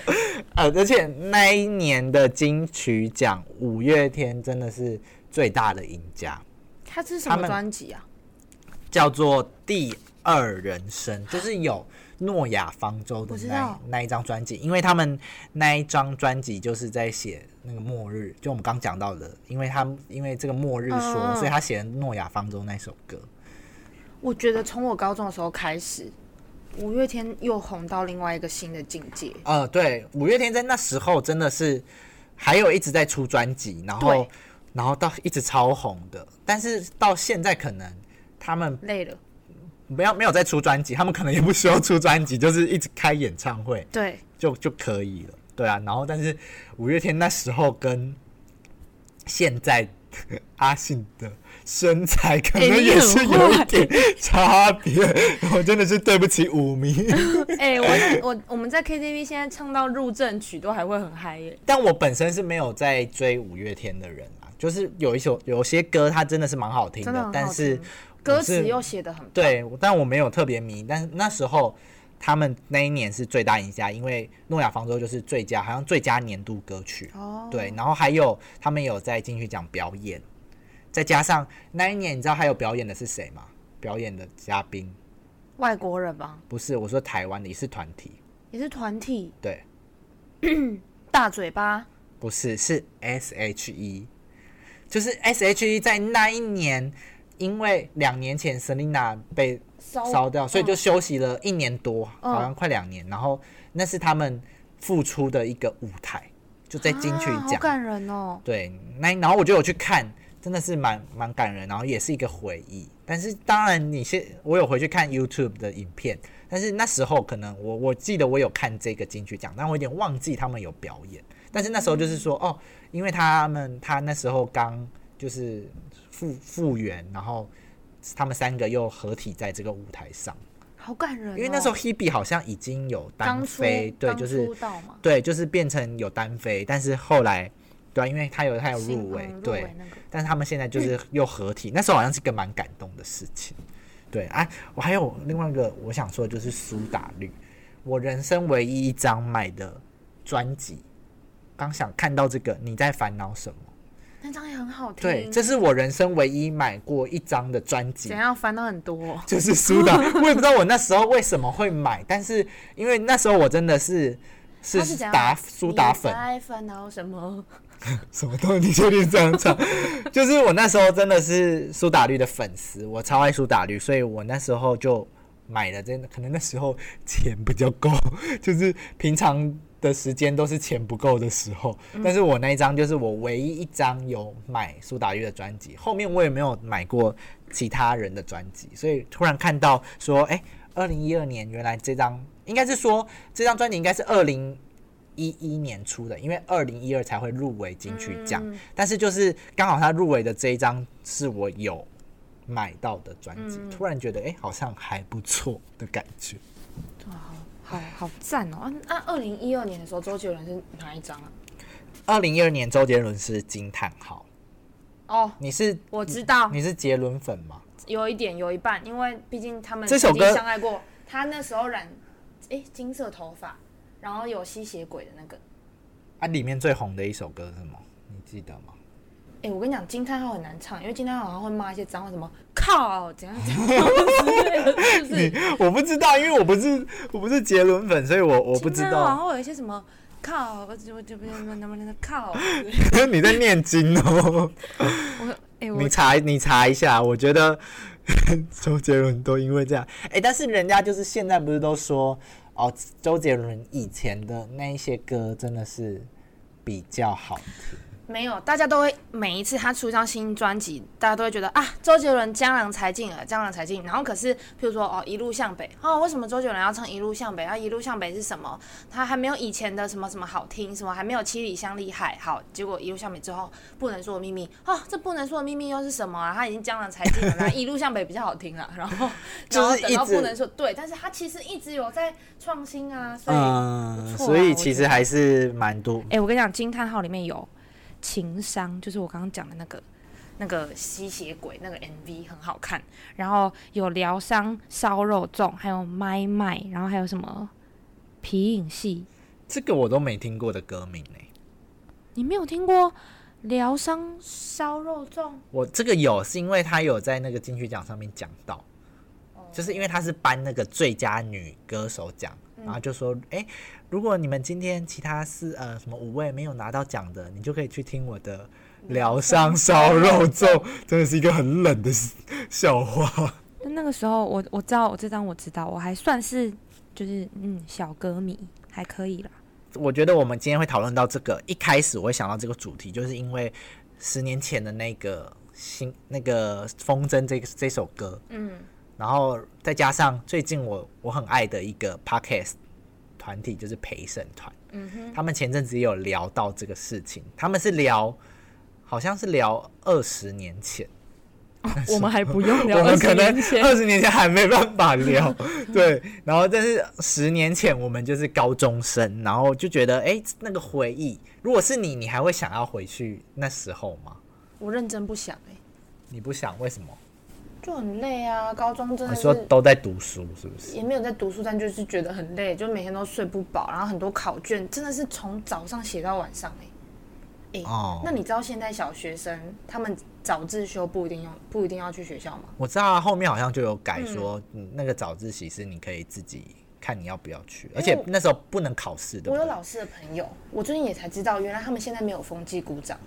[SPEAKER 2] 呃，而且那一年的金曲奖，五月天真的是最大的赢家，
[SPEAKER 1] 他是什
[SPEAKER 2] 他
[SPEAKER 1] 么
[SPEAKER 2] 们
[SPEAKER 1] 专辑啊？
[SPEAKER 2] 叫做《第二人生》，就是有诺亚方舟的
[SPEAKER 1] 我知
[SPEAKER 2] 那
[SPEAKER 1] 道
[SPEAKER 2] 那一张专辑，因为他们那一张专辑就是在写那个末日，就我们刚讲到的，因为他们因为这个末日说，
[SPEAKER 1] 嗯嗯
[SPEAKER 2] 所以他写了《诺亚方舟》那首歌。
[SPEAKER 1] 我觉得从我高中的时候开始，五月天又红到另外一个新的境界。
[SPEAKER 2] 呃，对，五月天在那时候真的是还有一直在出专辑，然后
[SPEAKER 1] 对
[SPEAKER 2] 然后到一直超红的，但是到现在可能他们
[SPEAKER 1] 累了，
[SPEAKER 2] 没有没有在出专辑，他们可能也不需要出专辑，就是一直开演唱会
[SPEAKER 1] 对，
[SPEAKER 2] 就就可以了，对啊。然后但是五月天那时候跟现在阿信的。身材可
[SPEAKER 1] 哎
[SPEAKER 2] 能
[SPEAKER 1] 你
[SPEAKER 2] 也
[SPEAKER 1] 很
[SPEAKER 2] 是有
[SPEAKER 1] 坏
[SPEAKER 2] 一点差别，我真的是对不起舞迷。
[SPEAKER 3] 哎、我我我们在 KTV 现在唱到入阵曲都还会很嗨耶、
[SPEAKER 2] 但我本身是没有在追五月天的人啊，就是有一首有些歌它真的是蛮好听的，
[SPEAKER 1] 真的很好听
[SPEAKER 2] 但是
[SPEAKER 1] 歌
[SPEAKER 2] 我是
[SPEAKER 1] 词又写的很棒
[SPEAKER 2] 对，但我没有特别迷。但是那时候他们那一年是最大赢家，因为诺亚方舟就是最佳，好像最佳年度歌曲。
[SPEAKER 1] 哦，
[SPEAKER 2] 对，然后还有他们有在金曲奖表演，再加上那一年你知道还有表演的是谁吗？表演的嘉宾
[SPEAKER 1] 外国人吧，
[SPEAKER 2] 不是我说台湾的，也是团体，
[SPEAKER 1] 也是团体
[SPEAKER 2] 对，
[SPEAKER 1] 大嘴巴，
[SPEAKER 2] 不是，是 S H E，就是 S H E 在那一年，因为两年前 Selina 被
[SPEAKER 3] 烧
[SPEAKER 2] 烧掉，所以
[SPEAKER 1] 嗯
[SPEAKER 2] 就休息了一年多，好像快两年。然后那是他们复出的一个舞台，就在金曲
[SPEAKER 1] 啊好
[SPEAKER 2] 奖。
[SPEAKER 1] 感人哦。
[SPEAKER 2] 对，那然后我就有去看，真的是蛮蛮感人，然后也是一个回忆。但是当然，你现我有回去看 YouTube 的影片，但是那时候可能我我记得我有看这个金曲奖，但我有点忘记他们有表演。但是那时候就是说，哦，因为他们他那时候刚就是复复原，然后他们三个又合体在这个舞台上，
[SPEAKER 1] 好感人、哦，
[SPEAKER 2] 因为那时候 Hebe 好像已经有单
[SPEAKER 1] 刚出
[SPEAKER 2] 飞，对，
[SPEAKER 1] 刚
[SPEAKER 2] 就是
[SPEAKER 1] 出道嘛，
[SPEAKER 2] 对，就是变成有单飞，但是后来，对啊、因为他有他有
[SPEAKER 1] 新
[SPEAKER 2] 入围，
[SPEAKER 1] 嗯
[SPEAKER 2] 对，
[SPEAKER 1] 那个
[SPEAKER 2] 但是他们现在就是又合体，那时候好像是一个蛮感动的事情。对，啊，我还有另外一个我想说的就是苏打绿，我人生唯一一张买的专辑，刚想看到这个你在烦恼什么？
[SPEAKER 1] 那张也很好听，
[SPEAKER 2] 对，这是我人生唯一买过一张的专辑
[SPEAKER 1] 怎，样烦恼很多、哦
[SPEAKER 2] 就是苏 打，我也不知道我那时候为什么会买，但是因为那时候我真的是
[SPEAKER 1] 他是
[SPEAKER 2] 是
[SPEAKER 1] 怎样
[SPEAKER 2] 打苏打粉
[SPEAKER 1] 你，在烦恼什么？
[SPEAKER 2] 什么东西？你确定是这样唱？ 就是我那时候真的是苏打绿的粉丝，我超爱苏打绿，所以我那时候就买了。真的，可能那时候钱比较够， 就是平常的时间都是钱不够的时候。但是我那一张就是我唯一一张有买苏打绿的专辑，后面我也没有买过其他人的专辑，所以突然看到说，哎、2二零一二年原来这张应该是说这张专辑应该是二零。一一年出的，因为二零一二才会入围金曲奖，
[SPEAKER 3] 嗯
[SPEAKER 2] 但是就是刚好他入围的这一张是我有买到的专辑，
[SPEAKER 3] 嗯
[SPEAKER 2] 突然觉得哎、诶好像还不错的感觉。
[SPEAKER 1] 好好赞哦！啊
[SPEAKER 3] 那二零一二年的时候，周杰伦是哪一张啊？
[SPEAKER 2] 二零一二年周杰伦是惊叹号，
[SPEAKER 3] 哦，
[SPEAKER 2] 你是
[SPEAKER 3] 我知道，
[SPEAKER 2] 你是杰伦粉吗？
[SPEAKER 3] 有一点，有一半，因为毕竟他们
[SPEAKER 2] 这首
[SPEAKER 3] 曾经
[SPEAKER 2] 歌
[SPEAKER 3] 相爱过。他那时候染，哎、金色头发，然后有吸血鬼的那个。
[SPEAKER 2] 啊，里面最红的一首歌是什么？你记得吗？
[SPEAKER 3] 哎、我跟你讲，惊叹号很难唱，因为惊叹号好像会骂一些脏话，什么靠，怎样怎样之类的，是不是？
[SPEAKER 2] 我不知道，因为我不是我不是杰伦粉，所以我我不知
[SPEAKER 3] 惊叹号好
[SPEAKER 2] 道。
[SPEAKER 3] 像会有一些什么靠，我就我就不能能不能靠，
[SPEAKER 2] 你在念经哦。
[SPEAKER 3] 我哎我
[SPEAKER 2] 你查你查一下，我觉得 周杰伦都因为这样，哎、但是人家就是现在不是都说哦，周杰伦以前的那一些歌真的是比较好听，
[SPEAKER 1] 没有，大家都会每一次他出一张新专辑，大家都会觉得啊，周杰伦《江郎才尽》了，《江郎才尽》。然后可是，譬如说哦，《一路向北》哦，为什么周杰伦要唱《一路向北》？然后啊《一路向北》是什么？他还没有以前的什么什么好听，什么还没有《七里香》厉害。好，结果《一路向北》之后，《不能说的秘密》哦，这《不能说的秘密》又是什么啊？他已经《江郎才尽》了， 然后《一路向北》比较好听了。然后，
[SPEAKER 2] 就
[SPEAKER 1] 然后
[SPEAKER 2] 是
[SPEAKER 1] 等
[SPEAKER 2] 一
[SPEAKER 1] 到
[SPEAKER 2] 直
[SPEAKER 1] 不能说对，但是他其实一直有在创新啊，所以。
[SPEAKER 2] 嗯，
[SPEAKER 1] 错啊
[SPEAKER 2] 所以其
[SPEAKER 1] 我觉
[SPEAKER 2] 实
[SPEAKER 1] 得
[SPEAKER 2] 还是蛮多
[SPEAKER 1] 哎、我跟你讲，惊叹号里面有情商，就是我刚刚讲的那个那个吸血鬼那个 MV 很好看，然后有疗伤、烧肉粽，还有麦麦，然后还有什么皮影戏，
[SPEAKER 2] 这个我都没听过的歌名呢、
[SPEAKER 1] 你没有听过疗伤烧肉粽？
[SPEAKER 2] 我这个有是因为他有在那个金曲奖上面讲到，就是因为他是颁那个最佳女歌手奖，然后就说，哎、如果你们今天其他四呃什么五位没有拿到奖的，你就可以去听我的疗伤烧肉粽，真的是一个很冷的笑话。
[SPEAKER 1] 但那个时候我我知道，我这张我知道，我还算是就是嗯小歌迷，还可以啦。
[SPEAKER 2] 我觉得我们今天会讨论到这个，一开始我会想到这个主题，就是因为十年前的那个新那个风筝这这首歌，
[SPEAKER 1] 嗯，
[SPEAKER 2] 然后再加上最近我我很爱的一个 podcast 团体就是陪审团，嗯哼，他们前阵子也有聊到这个事情，他们是聊，好像是聊二十年前，
[SPEAKER 1] 我们还不用
[SPEAKER 2] 我们可能 二十年前还没办法聊，对，然后但是十年前我们就是高中生，然后就觉得哎、诶那个回忆，如果是你，你还会想要回去那时候吗？
[SPEAKER 1] 我认真不想
[SPEAKER 3] 欸
[SPEAKER 1] 哎、
[SPEAKER 2] 你不想，为什么？
[SPEAKER 3] 就很累啊，高中真
[SPEAKER 2] 你
[SPEAKER 3] 的
[SPEAKER 2] 说
[SPEAKER 3] 是。
[SPEAKER 2] 都在读书是不是？
[SPEAKER 3] 也没有在读书，但就是觉得很累，就每天都睡不饱，然后很多考卷真的是从早上写到晚上哎、
[SPEAKER 2] 哦，
[SPEAKER 3] 那你知道现在小学生他们早自修不一定用，不一定要去学校吗？
[SPEAKER 2] 我知道啊，后面好像就有改说，嗯，那个早自习是你可以自己看你要不要去，而且那时候不能考试，对
[SPEAKER 3] 我
[SPEAKER 2] 不
[SPEAKER 3] 有
[SPEAKER 2] 对？
[SPEAKER 3] 老师的朋友，我最近也才知道，原来他们现在没有风纪鼓掌，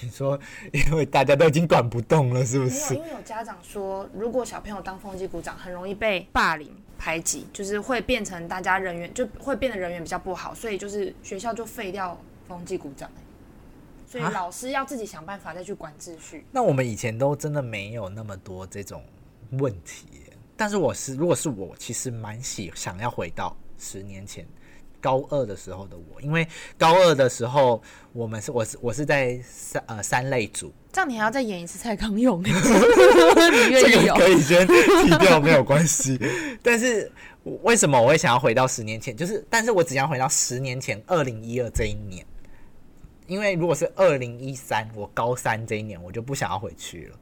[SPEAKER 2] 你说，因为大家都已经管不动了，是不
[SPEAKER 3] 没有，
[SPEAKER 2] 是？
[SPEAKER 3] 因为有家长说，如果小朋友当风纪鼓掌，很容易被霸凌排挤，就是会变成大家人缘就会变得人缘比较不好，所以就是学校就废掉风纪鼓掌、所以
[SPEAKER 2] 啊
[SPEAKER 3] 老师要自己想办法再去管秩序。
[SPEAKER 2] 那我们以前都真的没有那么多这种问题耶，但是我是，如果是我，其实蛮喜想要回到十年前。高二的时候的我，因为高二的时候，我们是我是我是在三呃三类组，
[SPEAKER 3] 这样你还要再演一次蔡康 永、欸，
[SPEAKER 1] 你愿
[SPEAKER 2] 这
[SPEAKER 1] 意
[SPEAKER 2] 个
[SPEAKER 1] 哦？
[SPEAKER 2] 可以先剃掉，没有关系。但是我为什么我会想要回到十年前？就是，但是我只想回到十年前，二零一二这一年。因为如果是二零一三，我高三这一年，我就不想要回去了，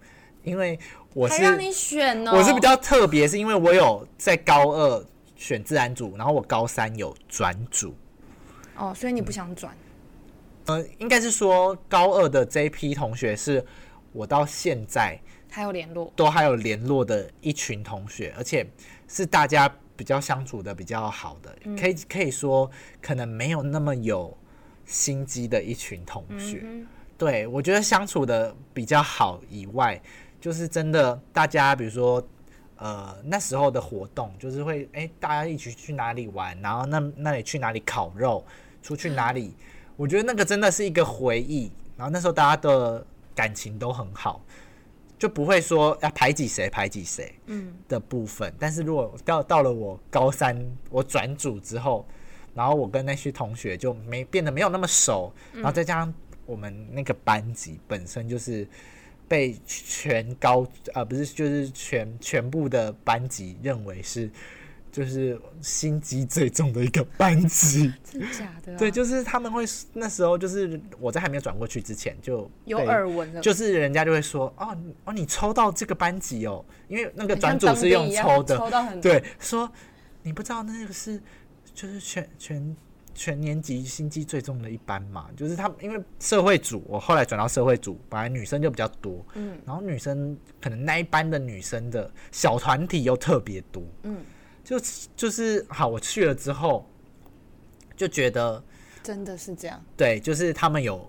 [SPEAKER 2] 因为我
[SPEAKER 1] 还
[SPEAKER 2] 是
[SPEAKER 1] 让你选哦？
[SPEAKER 2] 我是比较特别，是因为我有在高二选自然组，然后我高三有转组。
[SPEAKER 3] 哦，所以你不想转，
[SPEAKER 2] 呃，应该是说高二的这一批同学是我到现在
[SPEAKER 3] 还有联络，
[SPEAKER 2] 都还有联络的一群同学，而且是大家比较相处的比较好的，可以可以说可能没有那么有心机的一群同学。对我觉得相处的比较好以外，就是真的大家比如说。呃，那时候的活动就是会，哎、大家一起去哪里玩，然后那那里去哪里烤肉，出去哪里，我觉得那个真的是一个回忆。然后那时候大家的感情都很好，就不会说要排挤谁排挤谁，嗯的部分。但是如果到到了我高三，我转组之后，然后我跟那些同学就没变得没有那么熟，
[SPEAKER 3] 嗯
[SPEAKER 2] 然后再加上我们那个班级本身就是被全高呃不是就是全全部的班级认为是。就是心机最重的一个班级，
[SPEAKER 3] 真假的、啊
[SPEAKER 2] 对，，就是他们会那时候就是我在还没有转过去之前就
[SPEAKER 3] 有
[SPEAKER 2] 被
[SPEAKER 3] 耳闻的，
[SPEAKER 2] 就是人家就会说哦你哦，你抽到这个班级哦，因为那个
[SPEAKER 3] 很像
[SPEAKER 2] 转组是用
[SPEAKER 3] 当兵一样
[SPEAKER 2] 抽的，
[SPEAKER 3] 抽到很
[SPEAKER 2] 对，说你不知道那个是就是全全全年级心机最重的一班嘛，就是他们因为社会组，我后来转到社会组，本来女生就比较多，嗯，然后女生可能那一班的女生的小团体又特别多，嗯，就就是好，我去了之后就觉得
[SPEAKER 3] 真的是这样。
[SPEAKER 2] 对，就是他们有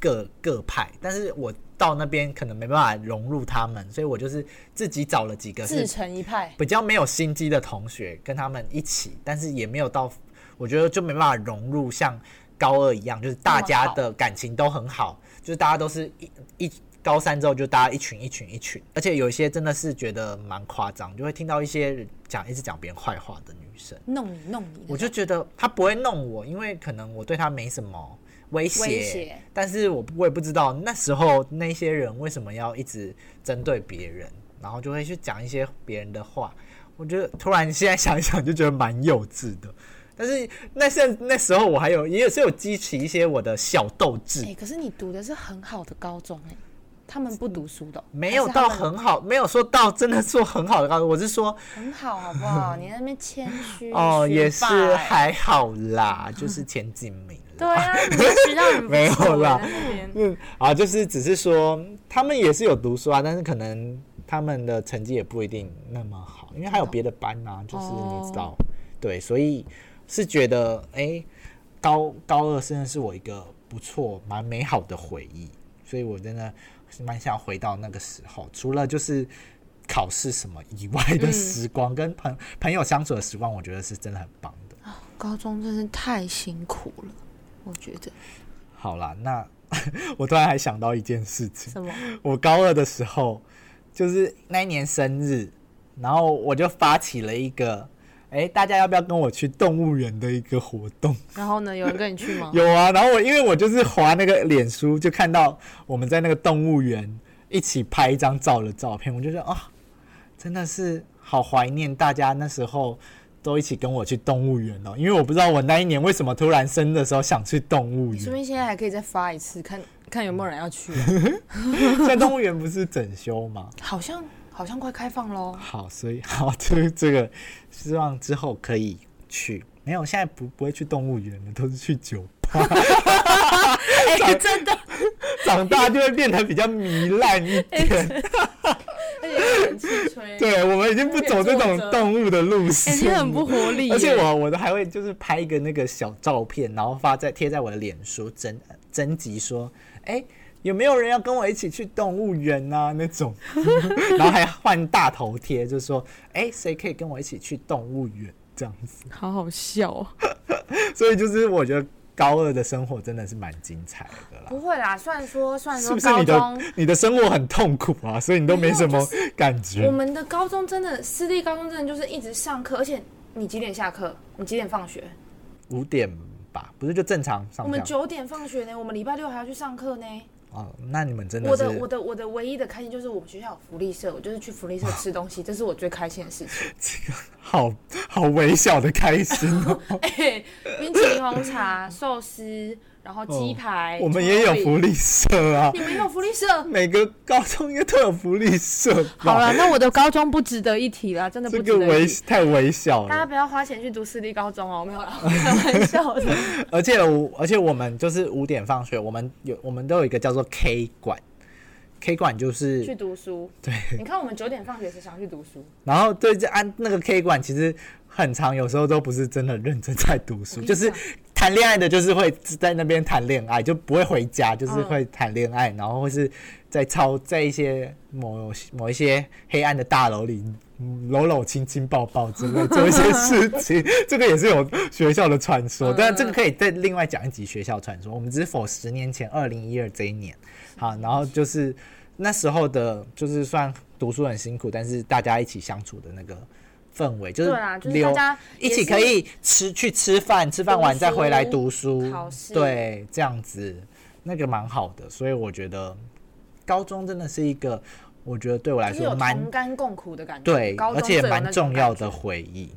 [SPEAKER 2] 各各派，但是我到那边可能没办法融入他们，所以我就是自己找了几个
[SPEAKER 3] 自
[SPEAKER 2] 是
[SPEAKER 3] 成一派，
[SPEAKER 2] 比较没有心机的同学跟他们一起，但是也没有到，我觉得就没办法融入像高二一样，就是大家的感情都很好，就是大家都是一一高三之后就大家一群一群一群，而且有一些真的是觉得蛮夸张，就会听到一些讲一直讲别人坏话的女生，
[SPEAKER 3] 弄你弄你的。
[SPEAKER 2] 我就觉得她不会弄我，因为可能我对她没什么。威胁，
[SPEAKER 3] 威胁
[SPEAKER 2] 但是我我也不知道那时候那些人为什么要一直针对别人，然后就会去讲一些别人的话。我觉得突然现在想一想，就觉得蛮幼稚的。但是那现那时候我还有也是有激起一些我的小斗志
[SPEAKER 3] 哎、，可是你读的是很好的高中哎、他们不读书的哦、
[SPEAKER 2] 没有
[SPEAKER 3] 还是
[SPEAKER 2] 到
[SPEAKER 3] 他们
[SPEAKER 2] 很好，没有说到真的做很好的高中，我是说
[SPEAKER 3] 很好，好不好？你在那边谦虚
[SPEAKER 2] 哦
[SPEAKER 3] 学
[SPEAKER 2] 也是
[SPEAKER 3] 霸欸
[SPEAKER 2] 还好啦， 就是前几名啦。
[SPEAKER 1] 对啊，你就知道你不
[SPEAKER 2] 没有
[SPEAKER 1] 错欸
[SPEAKER 2] 啦
[SPEAKER 1] 在那边
[SPEAKER 2] 嗯啊，就是只是说他们也是有读书啊，但是可能他们的成绩也不一定那么好，因为还有别的班啊，就是你知道，对，所以是觉得哎、诶高高二真的是我一个不错、蛮美好的回忆，所以我真的是蛮想回到那个时候，除了就是。考试什么以外的时光，跟朋朋友相处的时光，我觉得是真的很棒的。
[SPEAKER 3] 高中真是太辛苦了，我觉得。
[SPEAKER 2] 好啦，那 我突然还想到一件事情，
[SPEAKER 3] 什么？
[SPEAKER 2] 我高二的时候，就是那一年生日，然后我就发起了一个，哎、大家要不要跟我去动物园的一个活动？
[SPEAKER 3] 然后呢？有人跟你去 吗？
[SPEAKER 2] 有啊，然后我因为我就是划那个脸书，就看到我们在那个动物园一起拍一张照的照片，我就觉得啊、真的是好怀念大家那时候都一起跟我去动物园哦，因为我不知道我那一年为什么突然生的时候想去动物园
[SPEAKER 3] 说。明现在还可以再发一次，看看有没有人要去啊、
[SPEAKER 2] 现在动物园不是整修吗？
[SPEAKER 3] 好像好像快开放喽。
[SPEAKER 2] 好，所以好，这这个希望之后可以去。没有，现在不不会去动物园了，都是去酒吧。
[SPEAKER 3] 哎、真的，
[SPEAKER 2] 长大就会变得比较糜烂一
[SPEAKER 3] 哎
[SPEAKER 2] 点。对，我们已经不走这种动物的路
[SPEAKER 3] 哎、
[SPEAKER 2] 线
[SPEAKER 3] 你
[SPEAKER 2] 了。
[SPEAKER 3] 很不活力耶。
[SPEAKER 2] 而且我我都还会就是拍一个那个小照片，然后发在贴在我的脸书征征集说，哎、有没有人要跟我一起去动物园啊？那 种，然后还换大头贴，就说，哎、谁可以跟我一起去动物园？这样子，
[SPEAKER 3] 好好笑、哦。
[SPEAKER 2] 所以就是我觉得高二的生活真的是蛮精彩的啦。
[SPEAKER 1] 不会啦，虽然说虽然
[SPEAKER 2] 是
[SPEAKER 1] 说
[SPEAKER 2] 不是
[SPEAKER 1] 高
[SPEAKER 2] 你
[SPEAKER 1] 中
[SPEAKER 2] 的你的生活很痛苦啊？所以你都没什
[SPEAKER 1] 没有
[SPEAKER 2] 么感
[SPEAKER 1] 我
[SPEAKER 2] 觉。
[SPEAKER 1] 们的高中真的私立高中真的就是一直上课，而且你几点下课？你几点放学？
[SPEAKER 2] 五点吧，不是就正常
[SPEAKER 1] 我
[SPEAKER 2] 上
[SPEAKER 1] 们
[SPEAKER 2] 下
[SPEAKER 1] 九点放学呢，我们礼拜六还要去上课呢。
[SPEAKER 2] 哦？那你们真的
[SPEAKER 1] 我
[SPEAKER 2] 是
[SPEAKER 1] 的我的我的唯一的开心就是我们学校有福利社，我就是去福利社吃东西，这是我最开心的事情。
[SPEAKER 2] 好好微小的开心 哦。
[SPEAKER 1] 嘿冰淇淋红 茶、寿司，然后鸡
[SPEAKER 3] 哎
[SPEAKER 1] 排，
[SPEAKER 2] 哦我们也有
[SPEAKER 1] 葱
[SPEAKER 2] 福
[SPEAKER 1] 饼，
[SPEAKER 2] 利社啊
[SPEAKER 1] 你，们有福利社？
[SPEAKER 2] 每个高中应该都有福利社吧？
[SPEAKER 3] 好了，那我的高中不值得一提了，真的
[SPEAKER 2] 哎这
[SPEAKER 3] 不
[SPEAKER 2] 个
[SPEAKER 3] 值得
[SPEAKER 2] 微
[SPEAKER 3] 一提。
[SPEAKER 2] 太微小
[SPEAKER 1] 大家
[SPEAKER 2] 了，
[SPEAKER 1] 不要花钱去读私立高中哦，没有啦，我 开玩笑的。
[SPEAKER 2] 而且我而且我们就是五点放学，我们有我们都有一个叫做 K 馆，K 馆就是
[SPEAKER 1] 去读书，
[SPEAKER 2] 对，
[SPEAKER 1] 你看我们九点放学时想去读书，
[SPEAKER 2] 然后对这按那个 K 馆其实很长，有时候都不是真的认真在读书，
[SPEAKER 1] 我跟你
[SPEAKER 2] 就是
[SPEAKER 1] 讲
[SPEAKER 2] 谈恋爱的，就是会在那边谈恋爱，就不会回家，就是
[SPEAKER 1] 嗯
[SPEAKER 2] 会谈恋爱，然后或是在超在一些某某一些黑暗的大楼里。嗯搂搂亲亲抱抱之 类，做一些事情，这个也是有学校的传
[SPEAKER 1] 嗯
[SPEAKER 2] 说，但这个可以再另外讲一集学校传说。我们只是否十年前二零一二这一年，好，然后就是那时候的，就是算读书很辛苦，但是大家一起相处的那个氛围，就是
[SPEAKER 1] 对啦，就是
[SPEAKER 2] 留
[SPEAKER 1] 大家
[SPEAKER 2] 一
[SPEAKER 1] 也
[SPEAKER 2] 起
[SPEAKER 1] 是
[SPEAKER 2] 可以吃去吃饭，吃饭完
[SPEAKER 1] 读
[SPEAKER 2] 再回来
[SPEAKER 1] 书
[SPEAKER 2] 读书
[SPEAKER 1] 考，试
[SPEAKER 2] 对，这样子那个蛮好的，所以我觉得高中真的是一个，我觉得对我来
[SPEAKER 1] 就是
[SPEAKER 2] 说
[SPEAKER 1] 有
[SPEAKER 2] 蛮
[SPEAKER 1] 同甘共苦的感觉，
[SPEAKER 2] 对，
[SPEAKER 1] 高中
[SPEAKER 2] 而且
[SPEAKER 1] 最有
[SPEAKER 2] 蛮
[SPEAKER 1] 那种
[SPEAKER 2] 重要
[SPEAKER 1] 感觉
[SPEAKER 2] 的回忆。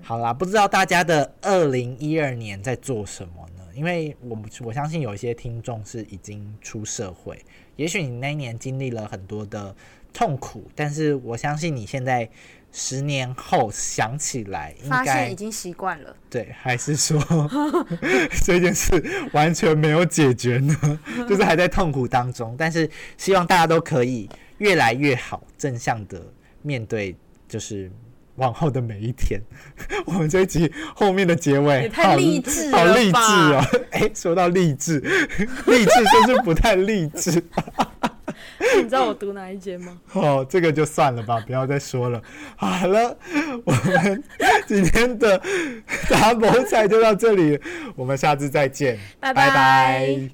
[SPEAKER 2] 好啦，不知道大家的二零一二年在做什么呢？因为我们我相信有一些听众是已经出社会，也许你那一年经历了很多的痛苦，但是我相信你现在十年后想起来，应
[SPEAKER 1] 发现
[SPEAKER 2] 该
[SPEAKER 1] 已经习惯了。
[SPEAKER 2] 对，还是说 这件事完全没有解决 呢？就是还在痛苦当中。但是希望大家都可以越来越好，正向的面对，就是往后的每一天。 我们这一集后面的结尾
[SPEAKER 1] 也太
[SPEAKER 2] 好
[SPEAKER 1] 励志
[SPEAKER 2] 好
[SPEAKER 1] 了
[SPEAKER 2] 励志
[SPEAKER 1] 吧
[SPEAKER 2] 哦！ 哎、说到励志， 励志就是不太励志。
[SPEAKER 1] 你知道我读哪一间吗？
[SPEAKER 2] 哦，这个就算了吧，不要再说了。好了，我们今天 的杂博菜就到这里，我们下次再见，
[SPEAKER 1] 拜
[SPEAKER 2] 拜
[SPEAKER 1] 拜